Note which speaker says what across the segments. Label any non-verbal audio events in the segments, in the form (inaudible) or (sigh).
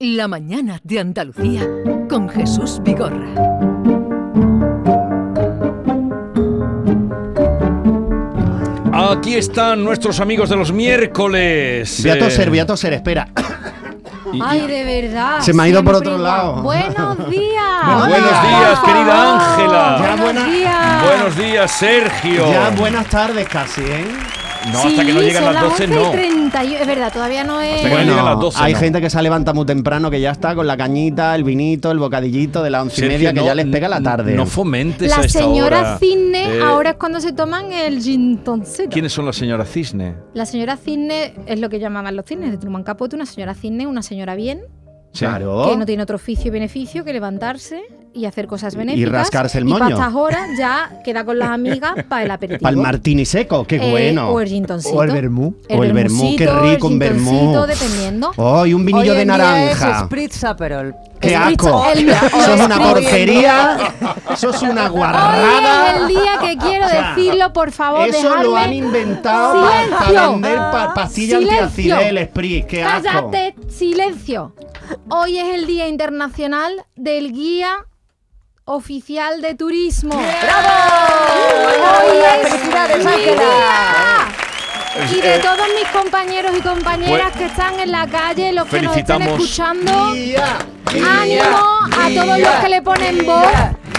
Speaker 1: La mañana de Andalucía con Jesús Vigorra.
Speaker 2: Aquí están nuestros amigos de los miércoles.
Speaker 3: Voy a toser,
Speaker 2: Eh,
Speaker 3: voy a toser, espera.
Speaker 2: y-
Speaker 4: Ay, de verdad.
Speaker 3: Se me ha ido por
Speaker 4: siempre
Speaker 3: otro
Speaker 4: igual.
Speaker 3: lado. (laughs)
Speaker 4: Buenos días.
Speaker 3: Buenos
Speaker 2: Eh, días,
Speaker 4: Por
Speaker 2: querida
Speaker 4: favor.
Speaker 2: Ángela.
Speaker 3: Ya
Speaker 4: Buenos
Speaker 3: buena-
Speaker 4: días.
Speaker 2: Buenos días, Sergio.
Speaker 3: Ya buenas tardes casi, ¿eh?
Speaker 2: no, hasta que no
Speaker 4: Sí,
Speaker 2: llegan
Speaker 4: son
Speaker 2: las 12,
Speaker 4: 11 y
Speaker 2: no.
Speaker 4: 31. Es verdad, todavía no es.
Speaker 2: Hasta que no llegan las 12,
Speaker 3: hay
Speaker 2: no.
Speaker 3: gente que se levanta muy temprano que ya está con la cañita, el vinito, el bocadillito de las once y
Speaker 2: Sergio,
Speaker 3: media que
Speaker 2: no-
Speaker 3: ya les pega la tarde.
Speaker 2: No fomentes a
Speaker 4: la
Speaker 2: esta
Speaker 4: señora
Speaker 2: hora.
Speaker 4: Cisne,
Speaker 2: Eh,
Speaker 4: ahora es cuando se toman el gin toncito.
Speaker 2: ¿Quiénes son las señoras Cisne?
Speaker 4: La señora Cisne es lo que llamaban los cisnes de Truman Capote, una señora Cisne, una señora bien,
Speaker 2: Sí.
Speaker 3: Claro.
Speaker 4: que no tiene otro oficio y beneficio que levantarse y hacer cosas benéficas.
Speaker 3: rascarse el moño.
Speaker 4: Y para estas horas ya queda con las amigas para el aperitivo.
Speaker 3: (laughs) Para el martini seco, qué
Speaker 4: Eh,
Speaker 3: bueno.
Speaker 4: o el gin toncito.
Speaker 3: O el vermú.
Speaker 4: El
Speaker 3: o el vermú, qué
Speaker 4: vermucito, el
Speaker 3: rico un
Speaker 4: gin toncito,
Speaker 3: vermú.
Speaker 4: dependiendo.
Speaker 3: Oh, y un vinillo
Speaker 5: Hoy
Speaker 3: de
Speaker 5: en día Es
Speaker 3: naranja.
Speaker 5: Spritz Aperol.
Speaker 3: Qué
Speaker 4: El Spritz-
Speaker 3: asco.
Speaker 4: el-
Speaker 3: Eso es una
Speaker 5: Hoy en
Speaker 4: (laughs)
Speaker 3: porquería. Eso es una
Speaker 4: Hoy es
Speaker 3: guarrada.
Speaker 4: el día que
Speaker 3: (laughs)
Speaker 4: quiero
Speaker 3: sea,
Speaker 4: decirlo, por favor,
Speaker 3: Eso
Speaker 4: dejadme.
Speaker 3: lo han inventado para, para
Speaker 4: Silencio.
Speaker 3: vender pa- pastillas
Speaker 4: Silencio.
Speaker 3: antiacidez, el Spritz. Qué asco.
Speaker 4: ¡Cállate! ¡Silencio! Hoy es el Día Internacional del Guía Oficial de Turismo. ¡Bravo! Hoy
Speaker 5: Hola,
Speaker 4: es
Speaker 5: felicidades,
Speaker 4: mi
Speaker 5: Ángela.
Speaker 3: Eh,
Speaker 4: día. Y de todos mis compañeros y
Speaker 3: pues,
Speaker 4: compañeras que están en la calle, los que nos están
Speaker 2: felicitamos.
Speaker 4: escuchando.
Speaker 3: Día, día,
Speaker 4: Ánimo a todos
Speaker 3: día.
Speaker 4: los que le ponen voz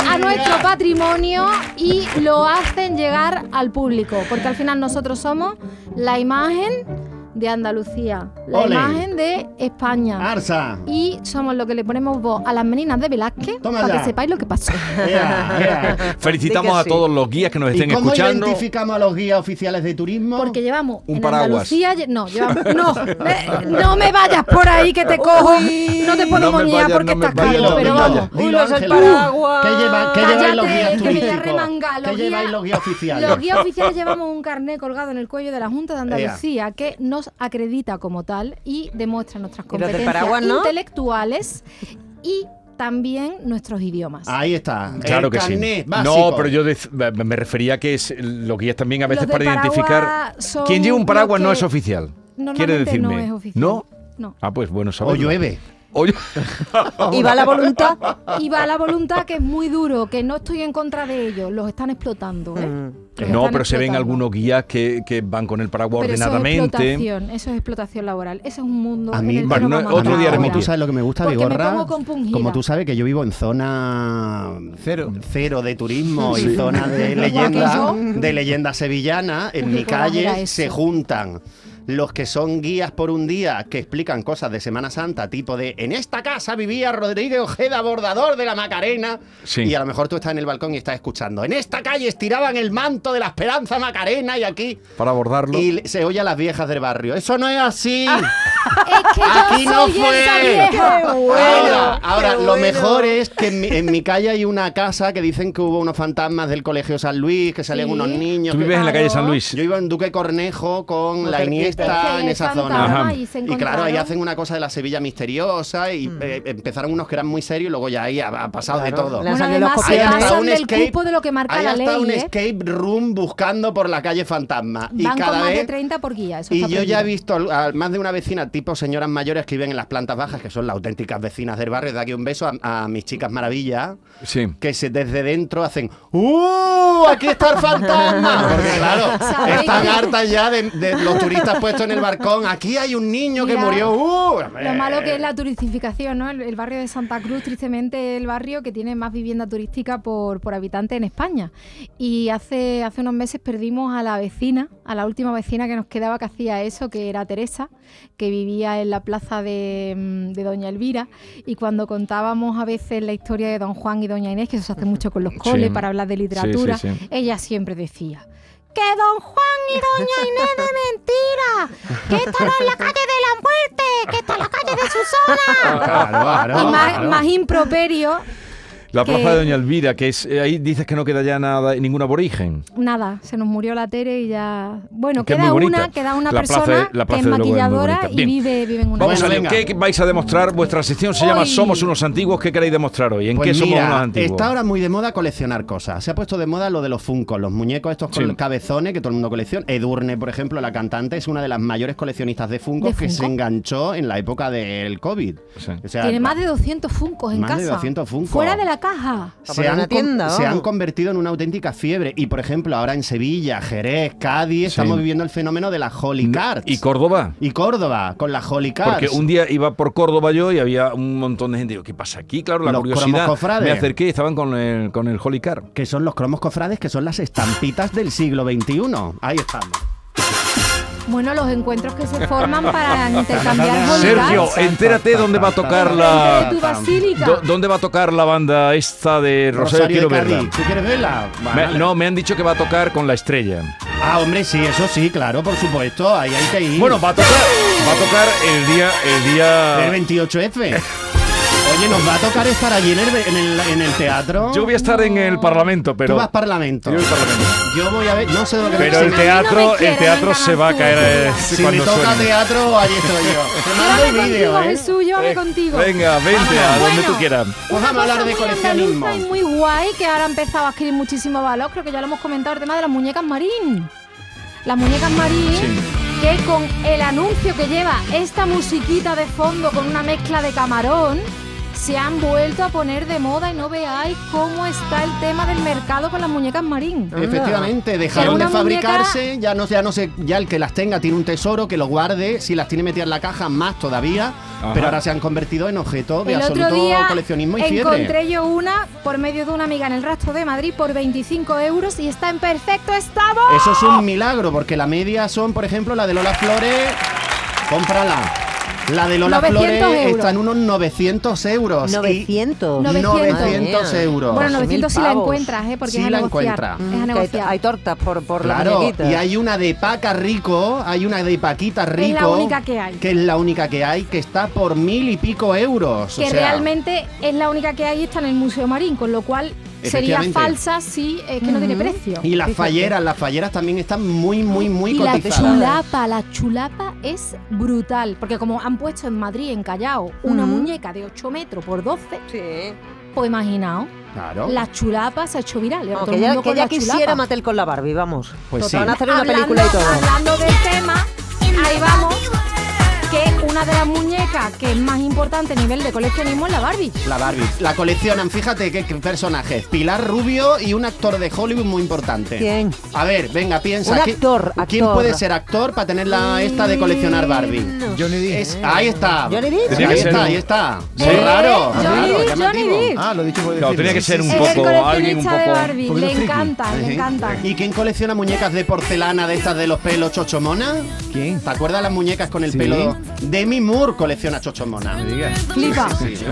Speaker 4: a nuestro patrimonio y lo hacen llegar al público, porque al final nosotros somos la imagen de Andalucía, la
Speaker 3: Ole.
Speaker 4: imagen de España.
Speaker 3: Arsa.
Speaker 4: Y somos los que le ponemos voz a las meninas de Velázquez
Speaker 3: Toma
Speaker 4: para
Speaker 3: ya.
Speaker 4: que sepáis lo
Speaker 2: (laughs)
Speaker 4: que pasó.
Speaker 3: Ea, ea.
Speaker 2: Felicitamos
Speaker 5: Di que
Speaker 2: a
Speaker 5: sí.
Speaker 2: todos los guías que nos estén
Speaker 3: ¿Y cómo
Speaker 2: escuchando.
Speaker 3: identificamos a los guías oficiales de turismo?
Speaker 4: Porque llevamos
Speaker 2: Un
Speaker 4: en
Speaker 2: paraguas.
Speaker 4: Andalucía, lle- no, llevamos,
Speaker 2: (laughs)
Speaker 4: no, me- no me vayas por ahí que te cojo, no te puedo
Speaker 2: No me
Speaker 4: moñar
Speaker 2: vayas,
Speaker 4: porque
Speaker 2: no me
Speaker 4: estás
Speaker 2: vayas,
Speaker 4: calvo,
Speaker 2: no me
Speaker 4: pero
Speaker 2: vayas.
Speaker 4: vamos.
Speaker 5: Uy, los del
Speaker 3: Ángela.
Speaker 5: paraguas.
Speaker 3: ¿Qué, lleva- qué lleváis los guías
Speaker 4: Cállate, que me voy a
Speaker 3: turísticos?
Speaker 4: remangar,
Speaker 3: ¿Qué
Speaker 4: los
Speaker 3: lleváis
Speaker 4: guías-
Speaker 3: los guías oficiales?
Speaker 4: Los guías oficiales llevamos un carnet colgado en el cuello de la Junta de Andalucía que nos acredita como tal y demuestra nuestras
Speaker 5: Y los del
Speaker 4: competencias
Speaker 5: paraguas, ¿no?
Speaker 4: intelectuales y también nuestros idiomas.
Speaker 5: Ah.
Speaker 3: Ahí está.
Speaker 2: Claro
Speaker 3: el
Speaker 2: que sí.
Speaker 3: carnet básico.
Speaker 2: No, pero yo dec- me me refería que es los guías también a veces
Speaker 4: Los de
Speaker 2: para identificar.
Speaker 4: paraguas son
Speaker 2: Quien lleva un paraguas
Speaker 4: los
Speaker 2: no
Speaker 4: que
Speaker 2: es oficial. Quiere
Speaker 4: Normalmente
Speaker 2: decirme.
Speaker 4: no es oficial.
Speaker 2: ¿No?
Speaker 4: No.
Speaker 2: Ah, pues bueno, saberlo.
Speaker 3: O llueve.
Speaker 2: O llue-
Speaker 5: ¿Y va la voluntad?
Speaker 3: (laughs)
Speaker 4: Y va la voluntad que es muy duro, que no estoy en contra de ellos, los están explotando. ¿eh?
Speaker 5: Mm.
Speaker 4: Los
Speaker 2: No,
Speaker 4: están
Speaker 2: pero se ven
Speaker 4: explotando.
Speaker 2: algunos guías que, que van con el paraguas
Speaker 4: Pero Eso es
Speaker 2: ordenadamente.
Speaker 4: explotación, eso es explotación laboral. Eso es un mundo.
Speaker 3: A
Speaker 4: en
Speaker 3: mí,
Speaker 4: el que
Speaker 2: Bueno,
Speaker 4: no
Speaker 2: no,
Speaker 4: vamos a
Speaker 2: otro día
Speaker 4: acabar.
Speaker 3: como
Speaker 2: haremos.
Speaker 3: tú sabes lo que me gusta,
Speaker 4: Porque me
Speaker 3: Vigorra,
Speaker 4: pongo compungida.
Speaker 3: como tú sabes que yo vivo en zona
Speaker 2: Cero.
Speaker 3: de turismo y
Speaker 2: (laughs)
Speaker 3: zona de leyenda,
Speaker 4: Igual que
Speaker 3: de leyenda sevillana, en
Speaker 4: Uy,
Speaker 3: mi
Speaker 4: qué guapa era
Speaker 3: calle
Speaker 4: eso.
Speaker 3: se juntan los que son guías por un día que explican cosas de Semana Santa, tipo de en esta casa vivía Rodríguez Ojeda, bordador de la Macarena,
Speaker 2: Sí.
Speaker 3: y a lo mejor tú estás en el balcón y estás escuchando, en esta calle estiraban el manto de la esperanza Macarena y aquí...
Speaker 2: Para abordarlo.
Speaker 3: Y se oye a las viejas del barrio. Eso no es
Speaker 4: (laughs)
Speaker 3: así.
Speaker 4: Es que yo
Speaker 3: Aquí no
Speaker 4: soy
Speaker 3: fue.
Speaker 4: esa vieja.
Speaker 5: ¡Qué
Speaker 3: Ahora, ahora,
Speaker 5: qué
Speaker 3: lo
Speaker 5: bueno.
Speaker 3: mejor es que en mi, en mi calle hay una casa que dicen que hubo unos fantasmas del colegio San Luis, que salían
Speaker 4: Sí.
Speaker 3: unos niños.
Speaker 2: Tú
Speaker 3: que- ah,
Speaker 2: vives en la calle San Luis.
Speaker 3: Yo iba en Duque Cornejo con la
Speaker 5: cerquita.
Speaker 4: Es
Speaker 3: Iniesta
Speaker 4: que
Speaker 3: en esa
Speaker 4: fantasma
Speaker 3: zona.
Speaker 2: Ajá.
Speaker 4: y se
Speaker 3: Y claro, ahí
Speaker 4: encontraron. Mm.
Speaker 3: hacen una cosa de la Sevilla misteriosa y eh, empezaron unos que eran muy serios y luego ya ahí ha, ha pasado de
Speaker 5: Claro.
Speaker 3: todo.
Speaker 5: Las
Speaker 4: Bueno,
Speaker 5: salió los
Speaker 4: además se
Speaker 3: Hay hasta
Speaker 5: copiados.
Speaker 4: pasan
Speaker 3: un
Speaker 4: del
Speaker 3: escape-
Speaker 4: cupo de lo que marca
Speaker 3: hay
Speaker 4: la ley.
Speaker 3: hasta un
Speaker 4: ¿eh?
Speaker 3: escape room buscando por la calle fantasma. y
Speaker 4: Van con
Speaker 3: cada
Speaker 4: más
Speaker 3: vez
Speaker 4: de 30 por guía. Eso
Speaker 3: Y
Speaker 4: está
Speaker 3: yo ya he
Speaker 4: prohibido.
Speaker 3: visto al- al- más de una vecina, tipo señoras mayores que viven en las plantas bajas, que son las auténticas vecinas del barrio. De aquí un beso a, a mis chicas maravillas,
Speaker 2: Sí.
Speaker 3: que se, desde dentro hacen ¡Uh! ¡Aquí está el
Speaker 4: (laughs)
Speaker 3: fantasma! Porque claro,
Speaker 4: ¿Sabéis
Speaker 3: están
Speaker 4: qué?
Speaker 3: hartas ya de, de los turistas puestos en el balcón. Aquí hay un niño que
Speaker 4: Mira,
Speaker 3: murió. ¡Uh!
Speaker 4: Lo malo que es la turistificación, ¿no? El, el barrio de Santa Cruz, tristemente, el barrio que tiene más vivienda turística por, por habitante en España. Y hace, hace unos meses perdimos a la vecina, a la última vecina que nos quedaba que hacía eso, que era Teresa, que vivía en la plaza de, mm, de Doña Elvira. Y cuando contábamos a veces la historia de Don Juan y Doña Inés, que eso se hace mucho con los coles para hablar de literatura,
Speaker 2: Sí, sí, sí.
Speaker 4: ella siempre decía. Que don Juan y doña Inés de mentira, que estará en la calle de la muerte, que está en la calle de Susana.
Speaker 3: Ah, Claro, claro,
Speaker 4: Ah, y más,
Speaker 3: claro.
Speaker 4: más improperio
Speaker 2: La
Speaker 4: que-
Speaker 2: plaza de Doña Elvira, que es eh, ahí dices que no queda ya nada, ningún aborigen.
Speaker 4: Nada, se nos murió la Tere y ya. Bueno,
Speaker 2: Que es
Speaker 4: queda
Speaker 2: muy bonita.
Speaker 4: una, queda una
Speaker 2: La plaza
Speaker 4: persona
Speaker 2: de- la
Speaker 4: que
Speaker 2: plaza
Speaker 4: es
Speaker 2: de Lugo es muy
Speaker 4: maquilladora
Speaker 2: bonita.
Speaker 4: y
Speaker 2: Bien.
Speaker 4: vive, vive en una
Speaker 2: Vamos
Speaker 3: Bueno,
Speaker 2: a ver,
Speaker 3: venga.
Speaker 2: ¿qué vais a demostrar? Vuestra sección se llama
Speaker 4: Hoy-
Speaker 2: Somos unos antiguos. ¿Qué queréis demostrar hoy? ¿En
Speaker 3: Pues
Speaker 2: qué somos
Speaker 3: mira,
Speaker 2: unos antiguos?
Speaker 3: Está ahora muy de moda coleccionar cosas. Se ha puesto de moda lo de los Funko, los muñecos estos con
Speaker 2: Sí.
Speaker 3: cabezones que todo el mundo colecciona. Edurne, por ejemplo, la cantante, es una de las mayores coleccionistas de Funko
Speaker 4: ¿De
Speaker 3: que
Speaker 4: Funko?
Speaker 3: se enganchó en la época del COVID.
Speaker 2: Sí.
Speaker 3: O sea,
Speaker 4: Tiene más de 200 funcos en
Speaker 3: Más
Speaker 4: casa.
Speaker 3: de 200 Funko.
Speaker 4: Fuera de la caja.
Speaker 5: Para
Speaker 3: se
Speaker 5: poner
Speaker 3: han,
Speaker 5: una
Speaker 3: con-
Speaker 5: tienda,
Speaker 3: se
Speaker 5: vamos.
Speaker 3: han convertido en una auténtica fiebre. Y por ejemplo, ahora en Sevilla, Jerez, Cádiz, estamos viviendo el fenómeno de las Holy Cards.
Speaker 2: ¿Y Córdoba?
Speaker 3: Y Córdoba, con las Holy Cards.
Speaker 2: Porque un día iba por Córdoba yo y había un montón de gente. Digo, ¿qué pasa aquí? Claro, la
Speaker 3: Los
Speaker 2: curiosidad.
Speaker 3: cromoscofrades.
Speaker 2: Me acerqué y estaban con el, con el Holy Car.
Speaker 3: Que son los cromos cofrades, que son las estampitas del siglo XXI. Ahí estamos.
Speaker 4: Bueno, los encuentros que
Speaker 2: (laughs)
Speaker 4: se forman para intercambiar
Speaker 2: Sergio,
Speaker 4: Holy Cards.
Speaker 2: entérate dónde va a tocar
Speaker 4: Enfrente de
Speaker 2: la.
Speaker 4: tu basílica.
Speaker 2: dó- ¿Dónde va a tocar la banda esta de Rosario,
Speaker 3: Rosario
Speaker 2: Quiero
Speaker 3: de
Speaker 2: verla?
Speaker 3: Cádiz. ¿Tú quieres verla?
Speaker 2: Me-
Speaker 3: Vale.
Speaker 2: no, me han dicho que va a tocar con la estrella.
Speaker 3: Ah, hombre, sí, eso sí, claro, por supuesto. Ahí hay que ir.
Speaker 2: Bueno, va a tocar, va a tocar el día, el día.
Speaker 3: el 28F.
Speaker 2: (laughs)
Speaker 3: Oye, nos va a tocar estar allí en el, en el- en el teatro.
Speaker 2: Yo voy a estar en el Parlamento, pero.
Speaker 3: Tú vas Parlamento.
Speaker 2: Yo voy al Parlamento.
Speaker 3: Yo voy a ver, no sé de lo que me
Speaker 2: Pero
Speaker 3: si
Speaker 2: el
Speaker 3: me-
Speaker 2: teatro,
Speaker 4: quieren,
Speaker 2: el teatro
Speaker 4: venga,
Speaker 2: se va a
Speaker 4: tú,
Speaker 2: caer eh,
Speaker 4: venga.
Speaker 3: Si me
Speaker 2: cuando
Speaker 3: toca
Speaker 2: suene.
Speaker 3: teatro, allí
Speaker 4: (laughs)
Speaker 3: estoy yo. Te mando el
Speaker 4: Llévame
Speaker 3: vídeo,
Speaker 4: contigo,
Speaker 3: ¿eh?
Speaker 4: Jesús, llévame contigo.
Speaker 2: Venga, vente a
Speaker 4: Vámonos.
Speaker 2: donde tú
Speaker 4: Bueno.
Speaker 2: quieras.
Speaker 3: Pues Vamos a
Speaker 4: Una cosa
Speaker 3: hablar de
Speaker 4: muy
Speaker 3: coleccionismo.
Speaker 4: andaluza y muy guay que ahora ha empezado a adquirir muchísimo valor. Creo que ya lo hemos comentado el tema de las muñecas marín. Las muñecas marín que con el anuncio que lleva esta musiquita de fondo con una mezcla de camarón se han vuelto a poner de moda y no veáis cómo está el tema del mercado con las muñecas marín.
Speaker 3: Efectivamente, dejaron de
Speaker 4: Ah. una muñeca-
Speaker 3: fabricarse, ya no, ya no sé, ya el que las tenga tiene un tesoro que lo guarde, si las tiene metidas en la caja más todavía,
Speaker 2: Ajá.
Speaker 3: pero ahora se han convertido en objeto de
Speaker 4: El
Speaker 3: absoluto
Speaker 4: otro día
Speaker 3: coleccionismo y fiebre.
Speaker 4: encontré yo una por medio de una amiga en el rastro de Madrid por 25 euros y está en perfecto estado.
Speaker 3: Eso es un milagro, porque la media son, por ejemplo, la de Lola Flores. Cómprala. La de Lola
Speaker 4: 900
Speaker 3: Flores
Speaker 4: euros.
Speaker 3: está en unos 900 euros. y-
Speaker 5: 900.
Speaker 4: No-
Speaker 3: 900
Speaker 5: Madre mía.
Speaker 3: euros.
Speaker 4: Bueno, 900 si la
Speaker 5: pavos.
Speaker 4: encuentras, ¿eh? Porque
Speaker 3: Sí
Speaker 4: es a
Speaker 3: la
Speaker 4: negociar.
Speaker 3: encuentra.
Speaker 4: Es
Speaker 5: Mm,
Speaker 4: a
Speaker 5: que hay,
Speaker 4: negociar.
Speaker 5: hay tortas por, por la
Speaker 3: Claro,
Speaker 5: muñequita.
Speaker 3: y hay una de Paca Rico, hay una de Paquita Rico.
Speaker 4: la única que hay.
Speaker 3: Que es la única que hay, que está por mil y pico euros. o
Speaker 4: que
Speaker 3: sea,
Speaker 4: realmente es la única que hay y está en el Museo Marín, con lo cual sería
Speaker 3: Efectivamente.
Speaker 4: falsa si es que no tiene precio.
Speaker 3: Y las
Speaker 5: Fíjate.
Speaker 3: falleras, las falleras también están muy, muy, muy
Speaker 4: Y la
Speaker 3: cotizadas.
Speaker 4: chulapa, la chulapa es brutal, porque como han puesto en Madrid, en Callao, una
Speaker 5: Ujú.
Speaker 4: muñeca de 8 metros por 12,
Speaker 5: Sí.
Speaker 4: pues imaginaos,
Speaker 3: Claro.
Speaker 4: la chulapa se ha hecho viral.
Speaker 5: No,
Speaker 4: Todo el
Speaker 5: que ya,
Speaker 4: mundo
Speaker 5: que
Speaker 4: con
Speaker 5: ya
Speaker 4: la
Speaker 5: quisiera
Speaker 4: chulapa.
Speaker 5: Mattel con la Barbie, vamos.
Speaker 3: Pues
Speaker 5: Total,
Speaker 3: sí.
Speaker 5: Van a hacer una
Speaker 4: Hablando-
Speaker 5: película y todo.
Speaker 4: Hablando del tema, ahí vamos, que una de las muñecas que es más importante a nivel de coleccionismo es la Barbie.
Speaker 3: La Barbie. La coleccionan, fíjate qué, qué personajes. Pilar Rubio y un actor de Hollywood muy importante.
Speaker 5: ¿Quién?
Speaker 3: A ver, venga, piensa.
Speaker 5: Un
Speaker 3: ¿quién-
Speaker 5: actor,
Speaker 3: ¿Quién
Speaker 5: actor. Mm.
Speaker 3: puede ser actor para tener la esta de coleccionar Barbie?
Speaker 5: Johnny Depp.
Speaker 3: Es- ahí está.
Speaker 5: Johnny Depp.
Speaker 2: Tenía que
Speaker 3: Ahí
Speaker 2: ser
Speaker 3: está,
Speaker 2: un-
Speaker 3: ahí está.
Speaker 2: Sí.
Speaker 3: Muy raro.
Speaker 4: Eh, Johnny
Speaker 3: raro,
Speaker 4: Depp,
Speaker 3: llamativo.
Speaker 4: Johnny Depp.
Speaker 6: Ah, lo he dicho por
Speaker 2: Claro,
Speaker 6: decirlo.
Speaker 2: tenía que ser un
Speaker 4: Es el
Speaker 2: poco alguien un
Speaker 4: coleccionista de
Speaker 2: poco.
Speaker 4: Barbie,
Speaker 6: poquito
Speaker 4: le
Speaker 6: friki.
Speaker 4: encanta, le
Speaker 6: Ajá.
Speaker 4: encanta.
Speaker 3: ¿Y quién colecciona muñecas de porcelana de estas de los pelos chochomona?
Speaker 6: ¿Quién?
Speaker 3: ¿Te acuerdas las muñecas con el
Speaker 6: Sí.
Speaker 3: pelo? Demi Moore colecciona chochomona.
Speaker 6: No me digas.
Speaker 4: Flipa.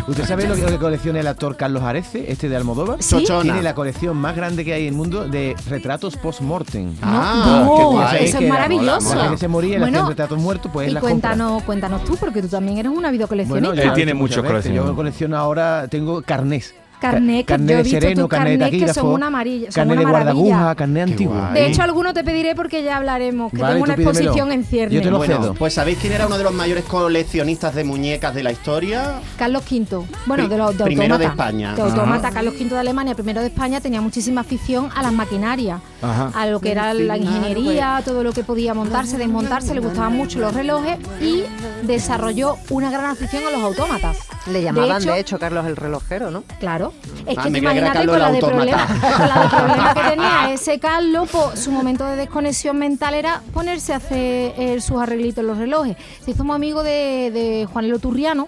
Speaker 6: ¿Usted sabe lo que, lo que colecciona el actor Carlos Arece, este de Almodóvar?
Speaker 4: ¿Sí?
Speaker 3: Chochona.
Speaker 6: Tiene la colección más grande que hay en el mundo de retratos post-mortem.
Speaker 3: Ah,
Speaker 4: No,
Speaker 3: qué
Speaker 4: no,
Speaker 3: guay.
Speaker 4: eso
Speaker 6: que
Speaker 4: es
Speaker 6: era,
Speaker 4: maravilloso.
Speaker 6: mola, mola, que se moría, le hacían retratos muertos, pues
Speaker 4: y
Speaker 6: él las
Speaker 4: cuéntanos, cuéntanos tú, porque tú también eres una videocoleccionista.
Speaker 2: Él
Speaker 6: lo he
Speaker 2: Eh, tiene
Speaker 6: dicho
Speaker 2: muchos
Speaker 6: muchas veces,
Speaker 2: colecciones.
Speaker 6: Yo colecciono ahora, tengo carnés.
Speaker 4: Carné, que yo he
Speaker 6: de
Speaker 4: visto
Speaker 6: sereno,
Speaker 4: tus
Speaker 6: carné de
Speaker 4: carnés que son
Speaker 6: taquígrafo,
Speaker 4: una amarilla- son
Speaker 6: Carné
Speaker 4: una
Speaker 6: de guardaguja,
Speaker 4: maravilla.
Speaker 6: carné antiguo.
Speaker 3: guay.
Speaker 4: de hecho, alguno te pediré porque ya hablaremos, que
Speaker 6: Vale,
Speaker 4: tengo una
Speaker 6: tú pídemelo.
Speaker 4: exposición en ciernes.
Speaker 6: Yo te lo
Speaker 3: Bueno,
Speaker 6: cedo.
Speaker 3: pues ¿sabéis quién era uno de los mayores coleccionistas de muñecas de la historia?
Speaker 4: Carlos V, bueno,
Speaker 3: Pri-
Speaker 4: de los de
Speaker 3: primero de
Speaker 4: Autómata.
Speaker 3: España.
Speaker 4: De Autómata, Carlos V de Alemania, primero de España, tenía muchísima afición a las maquinarias,
Speaker 2: Ajá.
Speaker 4: a lo que era la
Speaker 5: pues.
Speaker 4: ingeniería, todo lo que podía montarse, desmontarse, le gustaban mucho los relojes y desarrolló una gran afición a los autómatas.
Speaker 5: Le llamaban, de hecho, Carlos el relojero, ¿no?
Speaker 4: Claro. Es
Speaker 3: Ah,
Speaker 4: que
Speaker 3: me creía que era
Speaker 4: te imagínate
Speaker 3: Carlos
Speaker 4: con la,
Speaker 3: el
Speaker 4: de problema,
Speaker 3: autómata.
Speaker 4: (laughs) con la de
Speaker 3: (laughs)
Speaker 4: problema que tenía ese Carlos, po, su momento de desconexión mental era ponerse a hacer eh, sus arreglitos en los relojes. Se hizo muy amigo de, de Juan Elo Turriano,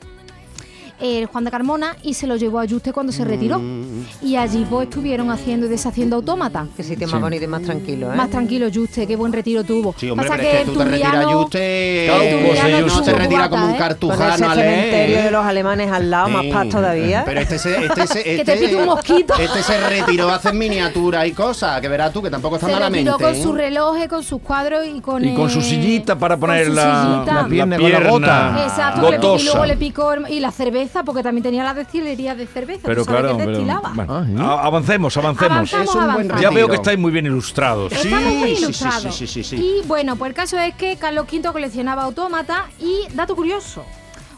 Speaker 4: el Juan de Carmona, y se lo llevó a Yuste cuando se retiró.
Speaker 3: Mm.
Speaker 4: Y allí pues estuvieron haciendo y deshaciendo autómata.
Speaker 5: Qué sitio más bonito y más tranquilo, ¿eh?
Speaker 4: Más tranquilo, Yuste, qué buen retiro tuvo.
Speaker 3: Sí, hombre,
Speaker 4: Pasa
Speaker 3: pero es que tú te retiras y
Speaker 4: Turriano-
Speaker 3: usted
Speaker 2: Claro,
Speaker 3: eh,
Speaker 2: pues, sí,
Speaker 3: no
Speaker 2: usted.
Speaker 3: se retira como un
Speaker 4: Guata, ¿eh?
Speaker 5: Con ese
Speaker 3: cartujano,
Speaker 5: cementerio de los alemanes al lado, más paz todavía.
Speaker 3: Pero este se, este se-
Speaker 4: Que te
Speaker 3: este-
Speaker 4: pique un mosquito.
Speaker 3: Este se retiró a hacer miniatura y cosas, que verás tú que tampoco está
Speaker 4: Se
Speaker 3: malamente.
Speaker 4: retiró con
Speaker 3: ¿eh?
Speaker 4: sus relojes, con sus cuadros y con
Speaker 2: Y con su
Speaker 4: eh,
Speaker 2: sillita para
Speaker 4: con
Speaker 2: poner
Speaker 4: su
Speaker 2: la,
Speaker 4: sillita.
Speaker 6: pierna con la
Speaker 2: pierna
Speaker 6: bota.
Speaker 3: Ah,
Speaker 4: Exacto, que le- y
Speaker 2: gotosa.
Speaker 4: luego le picó y la cerveza cerveza, porque también tenía la destilería de cerveza.
Speaker 2: Pero
Speaker 4: tú sabes
Speaker 2: claro,
Speaker 4: que
Speaker 2: pero-
Speaker 4: destilaba.
Speaker 2: bueno,
Speaker 6: Ah, ¿sí?
Speaker 2: a- avancemos, avancemos.
Speaker 4: Avanzamos,
Speaker 3: Es un buen
Speaker 4: avanzamos.
Speaker 2: Ya
Speaker 3: retiro.
Speaker 2: veo que estáis muy bien ilustrados.
Speaker 3: Sí,
Speaker 4: Estamos muy
Speaker 3: sí, sí,
Speaker 4: ilustrados.
Speaker 3: sí, sí, sí, sí.
Speaker 4: Y bueno, pues el caso es que Carlos V coleccionaba autómata y, dato curioso,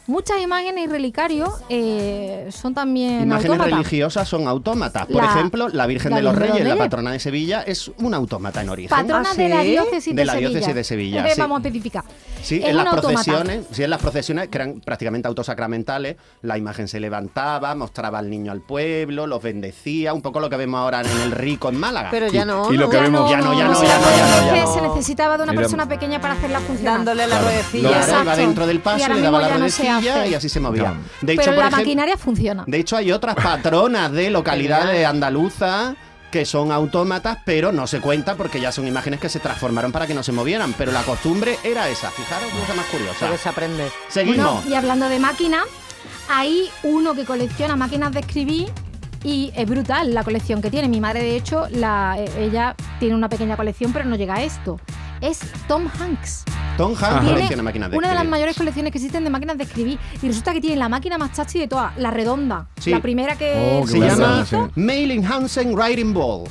Speaker 4: muchas imágenes y relicarios eh, son también
Speaker 3: Imágenes
Speaker 4: autómatas.
Speaker 3: religiosas son
Speaker 4: La-
Speaker 3: autómatas. Por ejemplo, la Virgen de los Reyes, la patrona de Sevilla, es un autómata en origen.
Speaker 4: Patrona
Speaker 5: ¿Ah,
Speaker 4: de la
Speaker 5: sí?
Speaker 4: diócesis de,
Speaker 3: De la
Speaker 4: Sevilla.
Speaker 3: diócesis de Sevilla,
Speaker 4: Eh,
Speaker 3: sí.
Speaker 4: Vamos a especificar.
Speaker 3: Sí,
Speaker 4: Es
Speaker 3: en
Speaker 4: un
Speaker 3: las
Speaker 4: autómata.
Speaker 3: procesiones, sí, en las procesiones que eran prácticamente autosacramentales, la imagen se levantaba, mostraba al niño al pueblo, los bendecía, un poco lo que vemos ahora en el rico en Málaga.
Speaker 5: Pero ya no.
Speaker 2: Y lo que
Speaker 4: Ya
Speaker 2: vemos-
Speaker 4: no,
Speaker 3: Ya no, ya
Speaker 4: no
Speaker 3: no,
Speaker 4: se
Speaker 3: ya
Speaker 4: la
Speaker 3: no,
Speaker 4: puede
Speaker 3: ya no,
Speaker 4: hacer,
Speaker 3: ya
Speaker 4: Se
Speaker 3: no.
Speaker 4: necesitar de una
Speaker 2: Mira,
Speaker 4: persona pequeña para hacerla funcionar.
Speaker 5: Dándole la
Speaker 3: Lo
Speaker 5: ruedecilla.
Speaker 3: hará, iba
Speaker 4: Exacto.
Speaker 3: dentro del
Speaker 4: Y
Speaker 3: paso,
Speaker 4: ahora
Speaker 3: le daba
Speaker 4: mismo
Speaker 3: la
Speaker 4: ya no se
Speaker 3: ruedecilla
Speaker 4: hace.
Speaker 3: y así se movía.
Speaker 2: Ya.
Speaker 3: De hecho, por
Speaker 4: Pero la
Speaker 3: ejemplo-
Speaker 4: maquinaria funciona.
Speaker 3: de hecho, hay otras patronas de localidades andaluzas que son autómatas, pero no se cuenta porque ya son imágenes que se transformaron para que no se movieran. Pero la costumbre era esa. Fijaros, cosa más curiosa.
Speaker 5: Pero se aprende.
Speaker 3: Seguimos.
Speaker 4: Bueno, y hablando de máquinas, hay uno que colecciona máquinas de escribir y es brutal la colección que tiene. Mi madre, de hecho, la, eh, ella tiene una pequeña colección, pero no llega a esto. Es Tom Hanks.
Speaker 3: Tom Hanks
Speaker 4: Tiene
Speaker 3: Ah, colecciona máquinas de
Speaker 4: una de las
Speaker 3: escribir.
Speaker 4: mayores colecciones que existen de máquinas de escribir. Y resulta que tiene la máquina más chachi de todas, la redonda.
Speaker 3: Sí.
Speaker 4: La primera que,
Speaker 6: Oh, qué
Speaker 3: Se
Speaker 4: que
Speaker 6: Claro,
Speaker 3: llama
Speaker 6: sí.
Speaker 3: Mailing Hansen Writing Ball.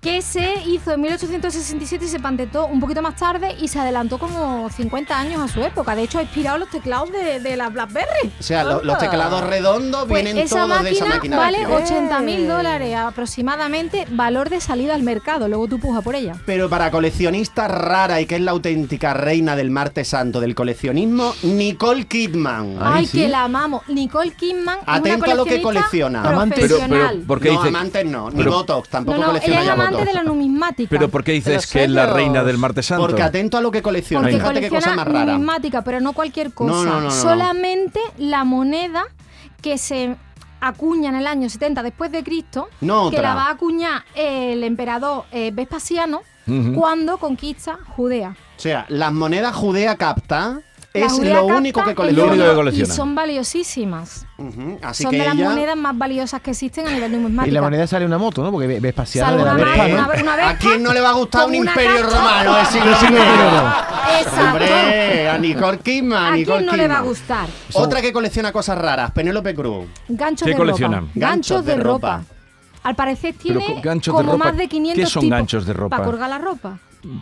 Speaker 4: que se hizo en 1867 y se patentó un poquito más tarde y se adelantó como 50 años a su época. De hecho, ha inspirado los teclados de, de la BlackBerry.
Speaker 3: O sea, lo- los teclados redondos
Speaker 4: Ah. Pues
Speaker 3: vienen todos de esa máquina de
Speaker 4: vale
Speaker 3: escribir.
Speaker 4: 80 mil dólares aproximadamente, valor de salida al mercado. Luego tú pujas por ella.
Speaker 3: Pero para coleccionista rara y que es la auténtica reina del martes santo del coleccionismo, Nicole Kidman.
Speaker 6: Ay,
Speaker 4: Ay,
Speaker 6: sí.
Speaker 4: que la amamos. Nicole Kidman es
Speaker 3: Atento
Speaker 4: una
Speaker 3: a lo que
Speaker 4: coleccionista
Speaker 3: colecciona.
Speaker 6: Amante.
Speaker 2: Pero,
Speaker 4: profesional.
Speaker 2: pero, ¿por qué
Speaker 3: no,
Speaker 2: dices-
Speaker 3: amantes no, ni
Speaker 2: Pero-
Speaker 3: botox,
Speaker 4: no,
Speaker 3: tampoco
Speaker 4: no, ella
Speaker 3: colecciona
Speaker 4: es
Speaker 3: ya
Speaker 4: amante de
Speaker 3: botox.
Speaker 4: la numismática.
Speaker 2: Pero ¿por qué dices
Speaker 5: Los
Speaker 2: que es la
Speaker 5: sellos.
Speaker 2: reina del martes santo?
Speaker 3: Porque atento a lo que colecciona,
Speaker 4: Porque
Speaker 3: fíjate qué cosa
Speaker 4: colecciona
Speaker 3: más rara.
Speaker 4: numismática, pero no cualquier cosa.
Speaker 3: No, no, no, no,
Speaker 4: Solamente la moneda que se acuña en el año 70 después de Cristo,
Speaker 3: No
Speaker 4: que la
Speaker 3: otra.
Speaker 4: va a acuñar el emperador eh, Vespasiano
Speaker 2: Ujú.
Speaker 4: cuando conquista Judea.
Speaker 3: O sea, las monedas judea capta
Speaker 4: La
Speaker 3: es
Speaker 4: Judea
Speaker 3: lo
Speaker 4: capta
Speaker 3: único que
Speaker 4: es
Speaker 2: Lo único
Speaker 3: colecciona.
Speaker 2: que colecciona.
Speaker 4: Y son valiosísimas.
Speaker 3: Ujú, Así
Speaker 4: son
Speaker 3: que
Speaker 4: de las
Speaker 3: ella...
Speaker 4: monedas más valiosas que existen a nivel numismática.
Speaker 6: Y la moneda sale una moto, ¿no? Porque ves paseada
Speaker 4: Sale
Speaker 6: de la
Speaker 4: una
Speaker 6: Vespa,
Speaker 4: moto,
Speaker 6: ¿no?
Speaker 4: una-
Speaker 3: ¿A
Speaker 4: verja
Speaker 3: quién no le va a gustar
Speaker 4: con
Speaker 3: un
Speaker 4: una
Speaker 3: imperio
Speaker 4: cacha.
Speaker 3: romano
Speaker 4: (laughs)
Speaker 3: del siglo
Speaker 6: Sí,
Speaker 3: XIX?
Speaker 6: pero-
Speaker 4: Exacto.
Speaker 3: Hombre, a Nicole Kidman,
Speaker 4: ¿A
Speaker 3: Nicole
Speaker 4: quién no le va a
Speaker 3: Kidman.
Speaker 4: gustar?
Speaker 3: Otra que colecciona cosas raras, Penélope Cruz.
Speaker 4: Ganchos
Speaker 2: ¿Qué
Speaker 4: de
Speaker 2: coleccionan?
Speaker 4: ropa.
Speaker 3: Ganchos de ropa.
Speaker 4: Al parecer
Speaker 2: Pero
Speaker 4: tiene
Speaker 2: co- ganchos de
Speaker 4: como
Speaker 2: ropa,
Speaker 4: más de 500
Speaker 2: ¿qué son
Speaker 4: tipos
Speaker 2: ganchos de ropa?
Speaker 4: Para colgar la ropa.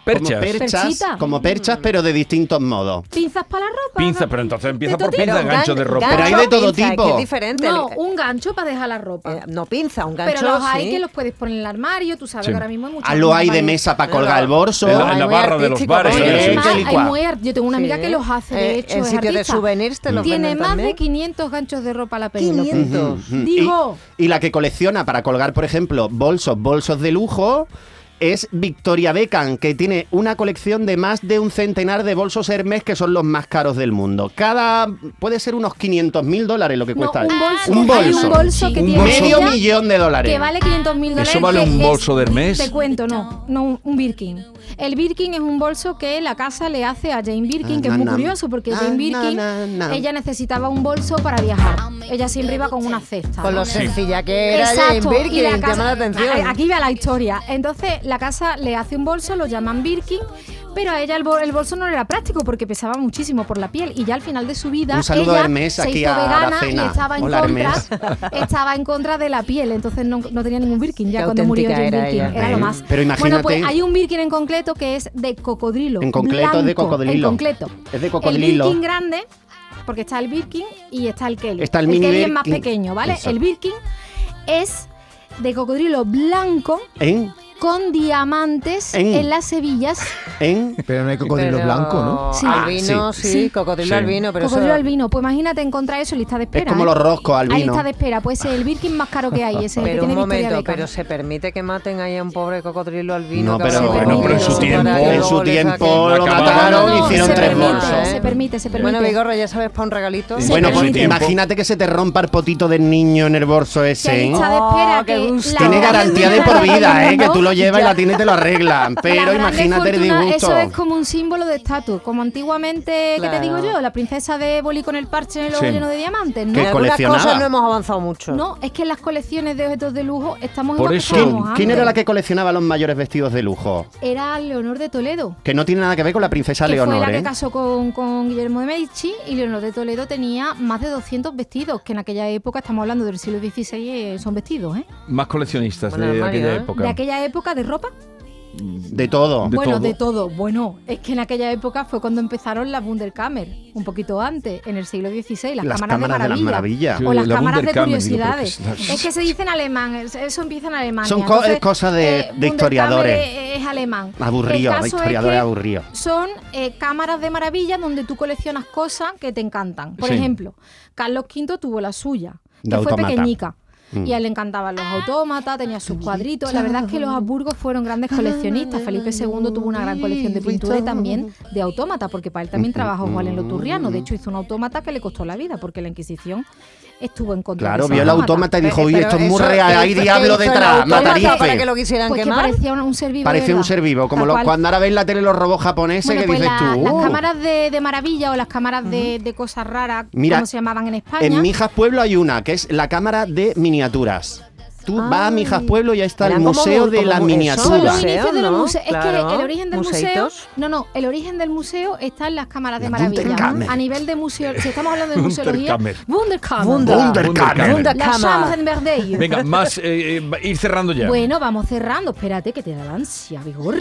Speaker 2: Perchas.
Speaker 3: Como perchas,
Speaker 4: Perchita.
Speaker 3: como perchas, pero de distintos modos.
Speaker 4: Pinzas para la ropa.
Speaker 2: Pinzas, pero entonces
Speaker 4: (laughs)
Speaker 2: empieza
Speaker 4: De
Speaker 2: por
Speaker 4: todo tipo.
Speaker 2: pinzas, gancho de ropa.
Speaker 3: Pero hay de todo
Speaker 5: pinza, es que
Speaker 3: tipo.
Speaker 5: es diferente.
Speaker 4: No,
Speaker 5: El-
Speaker 4: un gancho para dejar la
Speaker 5: eh,
Speaker 4: ropa.
Speaker 5: no pinza, un gancho.
Speaker 4: pero los hay
Speaker 5: sí.
Speaker 4: que los puedes poner en el armario, tú sabes
Speaker 2: Sí.
Speaker 4: que ahora mismo hay muchos.
Speaker 3: A lo hay de
Speaker 4: armarios.
Speaker 3: mesa para
Speaker 5: Claro.
Speaker 3: colgar el bolso.
Speaker 2: En la-
Speaker 5: Ay,
Speaker 2: en la
Speaker 5: muy
Speaker 2: barra de los
Speaker 5: artístico,
Speaker 2: bares.
Speaker 5: ¿no?
Speaker 3: Sí,
Speaker 2: sí,
Speaker 4: Es
Speaker 2: sí.
Speaker 4: más,
Speaker 3: que
Speaker 4: hay
Speaker 3: licuar.
Speaker 4: muy ar- yo tengo una amiga
Speaker 5: Sí.
Speaker 4: que los hace, de
Speaker 5: Eh,
Speaker 4: hecho.
Speaker 5: en
Speaker 4: es
Speaker 5: sitios de
Speaker 4: artista.
Speaker 5: souvenirs te los
Speaker 4: Tiene
Speaker 5: venden
Speaker 4: más de
Speaker 5: también.
Speaker 4: 500 ganchos de ropa la Penélope.
Speaker 5: 500.
Speaker 3: Mm.
Speaker 4: Digo.
Speaker 3: Y, y la que colecciona para colgar, por ejemplo, bolsos, bolsos de lujo. Es Victoria Beckham, que tiene una colección de más de un centenar de bolsos Hermes que son los más caros del mundo. Cada. puede ser unos 500 mil dólares lo que
Speaker 4: No,
Speaker 3: cuesta.
Speaker 4: un bolso.
Speaker 3: Un
Speaker 4: Hay
Speaker 3: bolso.
Speaker 4: un bolso que
Speaker 2: Ah, Un
Speaker 4: tiene
Speaker 2: bolso.
Speaker 3: Medio
Speaker 4: ella
Speaker 3: millón de dólares.
Speaker 4: Que vale 500 mil dólares.
Speaker 2: ¿Eso vale
Speaker 4: que
Speaker 2: un
Speaker 4: es-
Speaker 2: bolso de Hermes?
Speaker 4: Te cuento, no. No, un- un Birkin. El Birkin es un bolso que la casa le hace a Jane Birkin,
Speaker 3: Ah,
Speaker 4: que es
Speaker 3: na,
Speaker 4: muy
Speaker 3: na.
Speaker 4: curioso porque
Speaker 3: Ah,
Speaker 4: Jane Birkin,
Speaker 3: na, na, Ah, na.
Speaker 4: ella necesitaba un bolso para viajar. Ella siempre iba con una cesta.
Speaker 5: Con
Speaker 4: ¿no?
Speaker 5: lo sencilla que era
Speaker 4: Exacto,
Speaker 5: Jane
Speaker 4: y la
Speaker 5: Birkin,
Speaker 4: casa-
Speaker 5: llama la atención.
Speaker 4: a- Aquí va la historia. Entonces, la casa le hace un bolso, lo llaman Birkin, pero a ella el, bol- el bolso no era práctico porque pesaba muchísimo por la piel y ya al final de su vida
Speaker 3: Un saludo
Speaker 4: ella
Speaker 3: a Hermes
Speaker 4: se
Speaker 3: aquí
Speaker 4: hizo
Speaker 3: a
Speaker 4: vegana y
Speaker 3: Aracena.
Speaker 4: estaba en
Speaker 3: Hola,
Speaker 4: contra,
Speaker 3: Hermes.
Speaker 4: (laughs) estaba en contra de la piel, entonces no, no tenía ningún Birkin ya
Speaker 5: Qué
Speaker 4: cuando murió
Speaker 5: auténtica
Speaker 4: Jane
Speaker 5: era
Speaker 4: Birkin,
Speaker 5: ella.
Speaker 4: era lo
Speaker 3: Eh,
Speaker 4: más.
Speaker 3: pero
Speaker 4: Bueno, pues
Speaker 3: imagínate-
Speaker 4: hay un Birkin en concreto que es de cocodrilo.
Speaker 3: En concreto, es de
Speaker 4: blanco, En
Speaker 3: cocodrilo.
Speaker 4: concreto.
Speaker 3: Es de cocodrilo.
Speaker 4: El Birkin grande porque está el Birkin y está el Kelly.
Speaker 3: Está el mini
Speaker 4: Kelly es más
Speaker 3: Birkin.
Speaker 4: pequeño, ¿vale?
Speaker 3: Exacto.
Speaker 4: El Birkin es de cocodrilo blanco
Speaker 3: En,
Speaker 4: con diamantes
Speaker 3: En.
Speaker 4: en,
Speaker 3: (laughs)
Speaker 4: las hebillas.
Speaker 3: en.
Speaker 6: Pero no hay cocodrilo blanco, ¿no?
Speaker 5: Sí.
Speaker 4: Sí.
Speaker 5: Albino, Ah, sí,
Speaker 4: Sí.
Speaker 5: cocodrilo
Speaker 2: Sí.
Speaker 5: albino, pero
Speaker 4: cocodrilo
Speaker 5: eso...
Speaker 4: albino. Pues imagínate encontrar eso en lista de espera.
Speaker 3: Es como
Speaker 4: ¿eh?
Speaker 3: los roscos al
Speaker 4: Hay
Speaker 3: vino.
Speaker 4: lista de espera. Pues ese es el Birkin más caro que hay. Ese es el que
Speaker 5: Pero un
Speaker 4: tiene Victoria
Speaker 5: momento,
Speaker 4: Beckham.
Speaker 5: pero se permite que maten ahí a un pobre cocodrilo albino.
Speaker 3: No,
Speaker 5: que
Speaker 3: pero,
Speaker 5: va a ser
Speaker 4: bueno, pero en
Speaker 5: perdido,
Speaker 4: su
Speaker 5: para
Speaker 2: tiempo-
Speaker 5: que
Speaker 2: en
Speaker 3: su
Speaker 5: luego le
Speaker 3: tiempo
Speaker 5: saquen-
Speaker 2: lo
Speaker 3: mataron,
Speaker 2: hicieron
Speaker 4: se
Speaker 2: tres
Speaker 4: permite,
Speaker 2: bolsos.
Speaker 4: Se permite, se permite.
Speaker 5: ¿eh? Bueno, Vigorra, ya sabes, para un regalito.
Speaker 2: Sí.
Speaker 3: Bueno,
Speaker 2: Pero
Speaker 3: pues
Speaker 2: en tiempo.
Speaker 3: imagínate que se te rompa el potito del niño en el bolso
Speaker 4: que hay
Speaker 3: ese. ¿eh?
Speaker 4: lista de
Speaker 5: Oh,
Speaker 4: espera
Speaker 5: qué
Speaker 4: que
Speaker 5: gusto.
Speaker 4: la- (laughs)
Speaker 3: Tiene garantía de por vida, ¿eh? Que tú lo llevas y
Speaker 4: Ya.
Speaker 3: la tienda y te lo arreglan.
Speaker 4: La
Speaker 3: Pero
Speaker 4: grande
Speaker 3: imagínate el
Speaker 4: fortuna,
Speaker 3: disgusto.
Speaker 4: Eso es como un símbolo de estatus, como antiguamente, ¿qué te
Speaker 5: Claro.
Speaker 4: digo yo? La princesa de Boli con el parche en el ojo
Speaker 2: Sí.
Speaker 4: lleno de diamantes, ¿no?
Speaker 3: Que
Speaker 5: En algunas
Speaker 3: coleccionaba.
Speaker 5: cosas no hemos avanzado mucho.
Speaker 4: No, es que en las colecciones de objetos de lujo estamos
Speaker 2: Por
Speaker 4: igual que
Speaker 2: eso-
Speaker 4: estábamos
Speaker 2: ¿Quién-
Speaker 3: ¿Quién
Speaker 4: antes.
Speaker 3: era la que coleccionaba los mayores vestidos de lujo?
Speaker 4: Era Leonor de Toledo.
Speaker 3: Que no tiene nada que ver con la princesa
Speaker 4: que
Speaker 3: Leonor,
Speaker 4: fue la
Speaker 3: ¿eh?
Speaker 4: que casó con, con Guillermo de Medici y Leonor de Toledo tenía más de 200 vestidos, que en aquella época, estamos hablando del siglo XVI, eh, son vestidos, ¿eh?
Speaker 2: Más coleccionistas
Speaker 5: Bueno,
Speaker 2: de
Speaker 5: armario,
Speaker 2: aquella
Speaker 5: ¿eh?
Speaker 2: época.
Speaker 4: De aquella época de ropa.
Speaker 3: De todo.
Speaker 2: De
Speaker 4: bueno,
Speaker 2: todo.
Speaker 4: de todo. Bueno, es que en aquella época fue cuando empezaron las Wunderkammer, un poquito antes, en el siglo XVI, las,
Speaker 3: Las
Speaker 4: cámaras,
Speaker 3: cámaras de
Speaker 4: de,
Speaker 3: las
Speaker 4: maravilla,
Speaker 3: maravillas.
Speaker 4: O las
Speaker 2: La
Speaker 4: cámaras de
Speaker 2: Wunderkammer, digo, pero
Speaker 4: curiosidades.
Speaker 2: que es
Speaker 4: es,
Speaker 2: la-
Speaker 4: que se dice en alemán, es- eso empieza en alemán.
Speaker 3: Son co- eh, cosas de- de historiadores.
Speaker 4: Es, es alemán.
Speaker 3: Aburrido,
Speaker 4: El caso es
Speaker 3: historiadores
Speaker 4: que
Speaker 3: aburridos.
Speaker 4: Son eh, cámaras de maravilla donde tú coleccionas cosas que te encantan. Por
Speaker 2: Sí.
Speaker 4: ejemplo, Carlos V tuvo la suya, que
Speaker 3: De
Speaker 4: fue
Speaker 3: autómata.
Speaker 4: pequeñica.
Speaker 3: Mm.
Speaker 4: Y a él le encantaban los autómatas, tenía sus cuadritos. La verdad es que los Habsburgo fueron grandes coleccionistas. Felipe II tuvo una gran colección de pintura y también de autómata, porque para él también trabajó Juan en lo Turriano. De hecho, hizo un autómata que le costó la vida, porque la Inquisición estuvo en contra de
Speaker 3: Claro,
Speaker 4: ese
Speaker 3: vio el
Speaker 4: autómata.
Speaker 3: autómata y dijo,
Speaker 5: Pero
Speaker 3: uy, esto es muy
Speaker 5: eso,
Speaker 3: real,
Speaker 5: ¿qué
Speaker 3: hay
Speaker 5: hizo-
Speaker 3: diablo
Speaker 5: qué hizo el
Speaker 3: detrás,
Speaker 5: autómata Para que
Speaker 3: matarife.
Speaker 5: lo quisieran
Speaker 4: Pues que
Speaker 5: quemar.
Speaker 4: parecía un, un ser vivo. de
Speaker 3: Parece un
Speaker 4: verdad.
Speaker 3: ser vivo, como
Speaker 4: Tal
Speaker 3: lo-
Speaker 4: cual.
Speaker 3: cuando ahora ves la tele los robots japoneses
Speaker 4: Bueno,
Speaker 3: que
Speaker 4: pues
Speaker 3: dices
Speaker 4: la-
Speaker 3: tú. "Oh".
Speaker 4: las cámaras de, de maravilla o las cámaras de, de cosas raras,
Speaker 3: Mira,
Speaker 4: como se llamaban en España.
Speaker 3: En Mijas Pueblo hay una, que es la cámara de miniaturas. Tú vas a Mijas Pueblo y ahí está el
Speaker 5: Eran como
Speaker 3: Museo
Speaker 5: mu-
Speaker 3: de
Speaker 5: como
Speaker 3: la
Speaker 5: mu- eso,
Speaker 4: Son
Speaker 3: Miniatura.
Speaker 4: los
Speaker 5: Museo,
Speaker 4: inicios de los
Speaker 5: ¿no?
Speaker 4: museos. Es
Speaker 5: Claro,
Speaker 4: que el origen del
Speaker 5: museitos.
Speaker 4: museo. No, no, el origen del museo está en las cámaras de
Speaker 3: La
Speaker 4: maravilla.
Speaker 3: Wunderkammer.
Speaker 4: A nivel de museo, si estamos hablando de museología,
Speaker 2: Wunderkammer.
Speaker 4: Wunderkammer.
Speaker 5: Wunder-
Speaker 2: Wunderkammer.
Speaker 5: Wunderkammer.
Speaker 4: La Schaumburg-Verdejo.
Speaker 2: Venga, más eh, eh, va- ir cerrando ya.
Speaker 4: Bueno, vamos cerrando. Espérate, que te da la ansia, vigorra.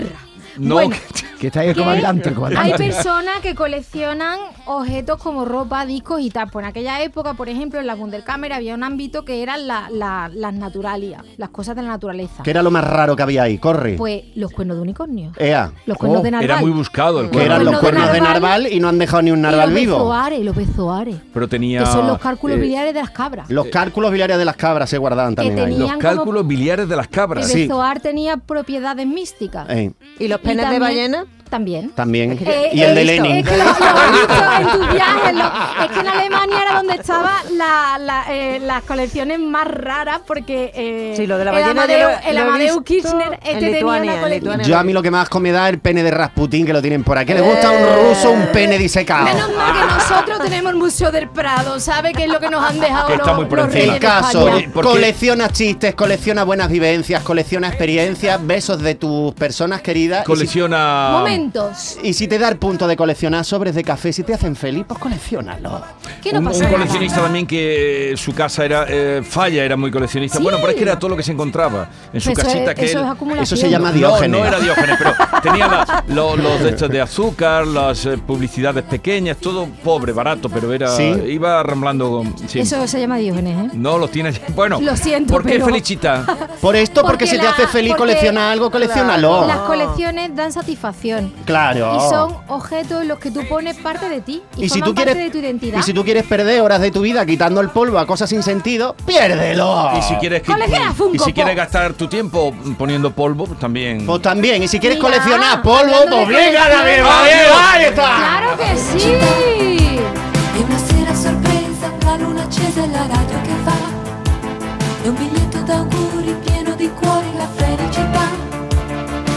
Speaker 2: no,
Speaker 4: Bueno,
Speaker 6: Que está ahí el
Speaker 4: que
Speaker 6: comandante, el
Speaker 4: Hay
Speaker 6: comandante.
Speaker 4: personas que coleccionan objetos como ropa, discos y tapos. En aquella época, por ejemplo, en la Wunderkammer había un ámbito que eran la- la- las naturalias, las cosas de la naturaleza.
Speaker 3: Que era lo más raro que había ahí, corre.
Speaker 4: Pues los cuernos de unicornio,
Speaker 3: Ea.
Speaker 4: los cuernos
Speaker 6: Oh,
Speaker 4: de narval.
Speaker 2: era muy buscado el
Speaker 3: Que
Speaker 2: cuerno.
Speaker 3: eran los
Speaker 4: de
Speaker 3: cuernos de
Speaker 4: narval.
Speaker 3: narval y no han dejado ni un
Speaker 4: Y
Speaker 3: narval
Speaker 4: los
Speaker 3: vivo.
Speaker 4: bezoares, los bezoares.
Speaker 2: Pero tenía.
Speaker 4: que son los cálculos
Speaker 2: eh,
Speaker 4: biliares de las cabras.
Speaker 3: Los cálculos biliares de las cabras se guardaban
Speaker 4: Que
Speaker 3: también ahí.
Speaker 4: tenía-
Speaker 2: Los
Speaker 4: Tenían
Speaker 2: cálculos biliares de las
Speaker 4: el
Speaker 2: cabras.
Speaker 3: Sí.
Speaker 4: bezoar tenía propiedades místicas.
Speaker 3: Eh,
Speaker 5: ¿Y los
Speaker 4: Y
Speaker 5: penes de
Speaker 4: también-
Speaker 5: ballena?
Speaker 4: También.
Speaker 3: también.
Speaker 4: Eh,
Speaker 3: y el
Speaker 4: eh,
Speaker 3: de
Speaker 4: es-
Speaker 3: Lenin.
Speaker 4: Es que lo, lo has visto en tus viajes. lo- es que en Alemania era donde estaban eh, las colecciones más raras porque eh,
Speaker 5: Sí, lo de la
Speaker 4: el
Speaker 5: ballena yo
Speaker 4: Amadeu,
Speaker 5: lo-
Speaker 4: el
Speaker 5: lo he
Speaker 4: Amadeu
Speaker 5: visto
Speaker 4: Kirchner
Speaker 5: en
Speaker 4: este tenía
Speaker 5: Lituania,
Speaker 4: una
Speaker 5: en
Speaker 4: colección.
Speaker 5: Lituania.
Speaker 3: Yo a mí lo que más me da es el pene de Rasputín que lo tienen por aquí. ¿Le gusta a un ruso un pene
Speaker 4: Menos
Speaker 3: disecado?
Speaker 4: mal que nosotros tenemos el Museo del Prado, ¿sabe? Que es lo que nos han dejado
Speaker 2: Que está
Speaker 4: los-
Speaker 2: muy por
Speaker 4: los
Speaker 2: encima.
Speaker 4: reyes
Speaker 3: El
Speaker 4: de
Speaker 3: caso,
Speaker 4: España.
Speaker 2: Oye, ¿por qué?
Speaker 3: colecciona chistes, colecciona buenas vivencias, colecciona experiencias, besos de tus personas queridas. Y si-
Speaker 2: Colecciona.
Speaker 4: Momentos.
Speaker 3: Y si te da el punto de coleccionar sobres de café, si te hacen feliz, pues coleccionalo.
Speaker 4: ¿Qué no
Speaker 2: un,
Speaker 4: pasa
Speaker 2: un
Speaker 4: nada.
Speaker 2: coleccionista también que eh, su casa era eh, falla, era muy coleccionista.
Speaker 4: Sí.
Speaker 2: Bueno, pero es que era todo lo que se encontraba en su
Speaker 4: Eso es-
Speaker 2: casita. que
Speaker 4: eso
Speaker 2: él-
Speaker 4: es acumulación.
Speaker 3: Eso se llama
Speaker 2: no,
Speaker 3: Diógenes.
Speaker 2: no era Diógenes,
Speaker 3: (laughs)
Speaker 2: pero tenía la- lo- los de estos de azúcar, las eh, publicidades pequeñas, todo pobre, barato, pero era
Speaker 3: Sí.
Speaker 2: iba ramblando con. sí.
Speaker 4: Eso se llama Diógenes, ¿eh?
Speaker 2: No los tiene. (laughs) Bueno,
Speaker 4: Lo siento,
Speaker 2: ¿por qué
Speaker 4: pero-
Speaker 2: Felicita?
Speaker 3: Por esto, porque,
Speaker 4: Porque
Speaker 3: si te
Speaker 4: la-
Speaker 3: hace feliz
Speaker 4: porque-
Speaker 3: coleccionar algo, coleccionalo.
Speaker 4: Las colecciones dan satisfacción.
Speaker 3: Claro.
Speaker 4: Y son objetos en los que tú pones parte de ti y, forman parte de tu identidad.
Speaker 3: y si tú quieres perder horas de tu vida quitando el polvo a cosas sin sentido, piérdelo.
Speaker 2: Y si quieres que-
Speaker 4: Colecciona Funko
Speaker 2: y si quieres
Speaker 4: Pop.
Speaker 2: gastar tu tiempo poniendo polvo, pues también.
Speaker 3: Pues también, y si quieres
Speaker 4: Mira,
Speaker 3: coleccionar polvo,
Speaker 4: hablando de
Speaker 3: pues venga la
Speaker 4: colecciones.
Speaker 3: beba, beba, ahí está.
Speaker 4: ¡Claro que sí!
Speaker 7: E una sera a sorpresa, la luna accesa e la radio che va. E un biglietto d'auguri pieno di cuori, la felicità.